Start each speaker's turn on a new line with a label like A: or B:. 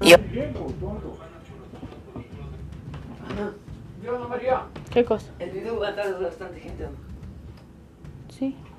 A: Y-
B: ¿Qué cosa?
A: El video va a estar bastante gente.
B: Sí.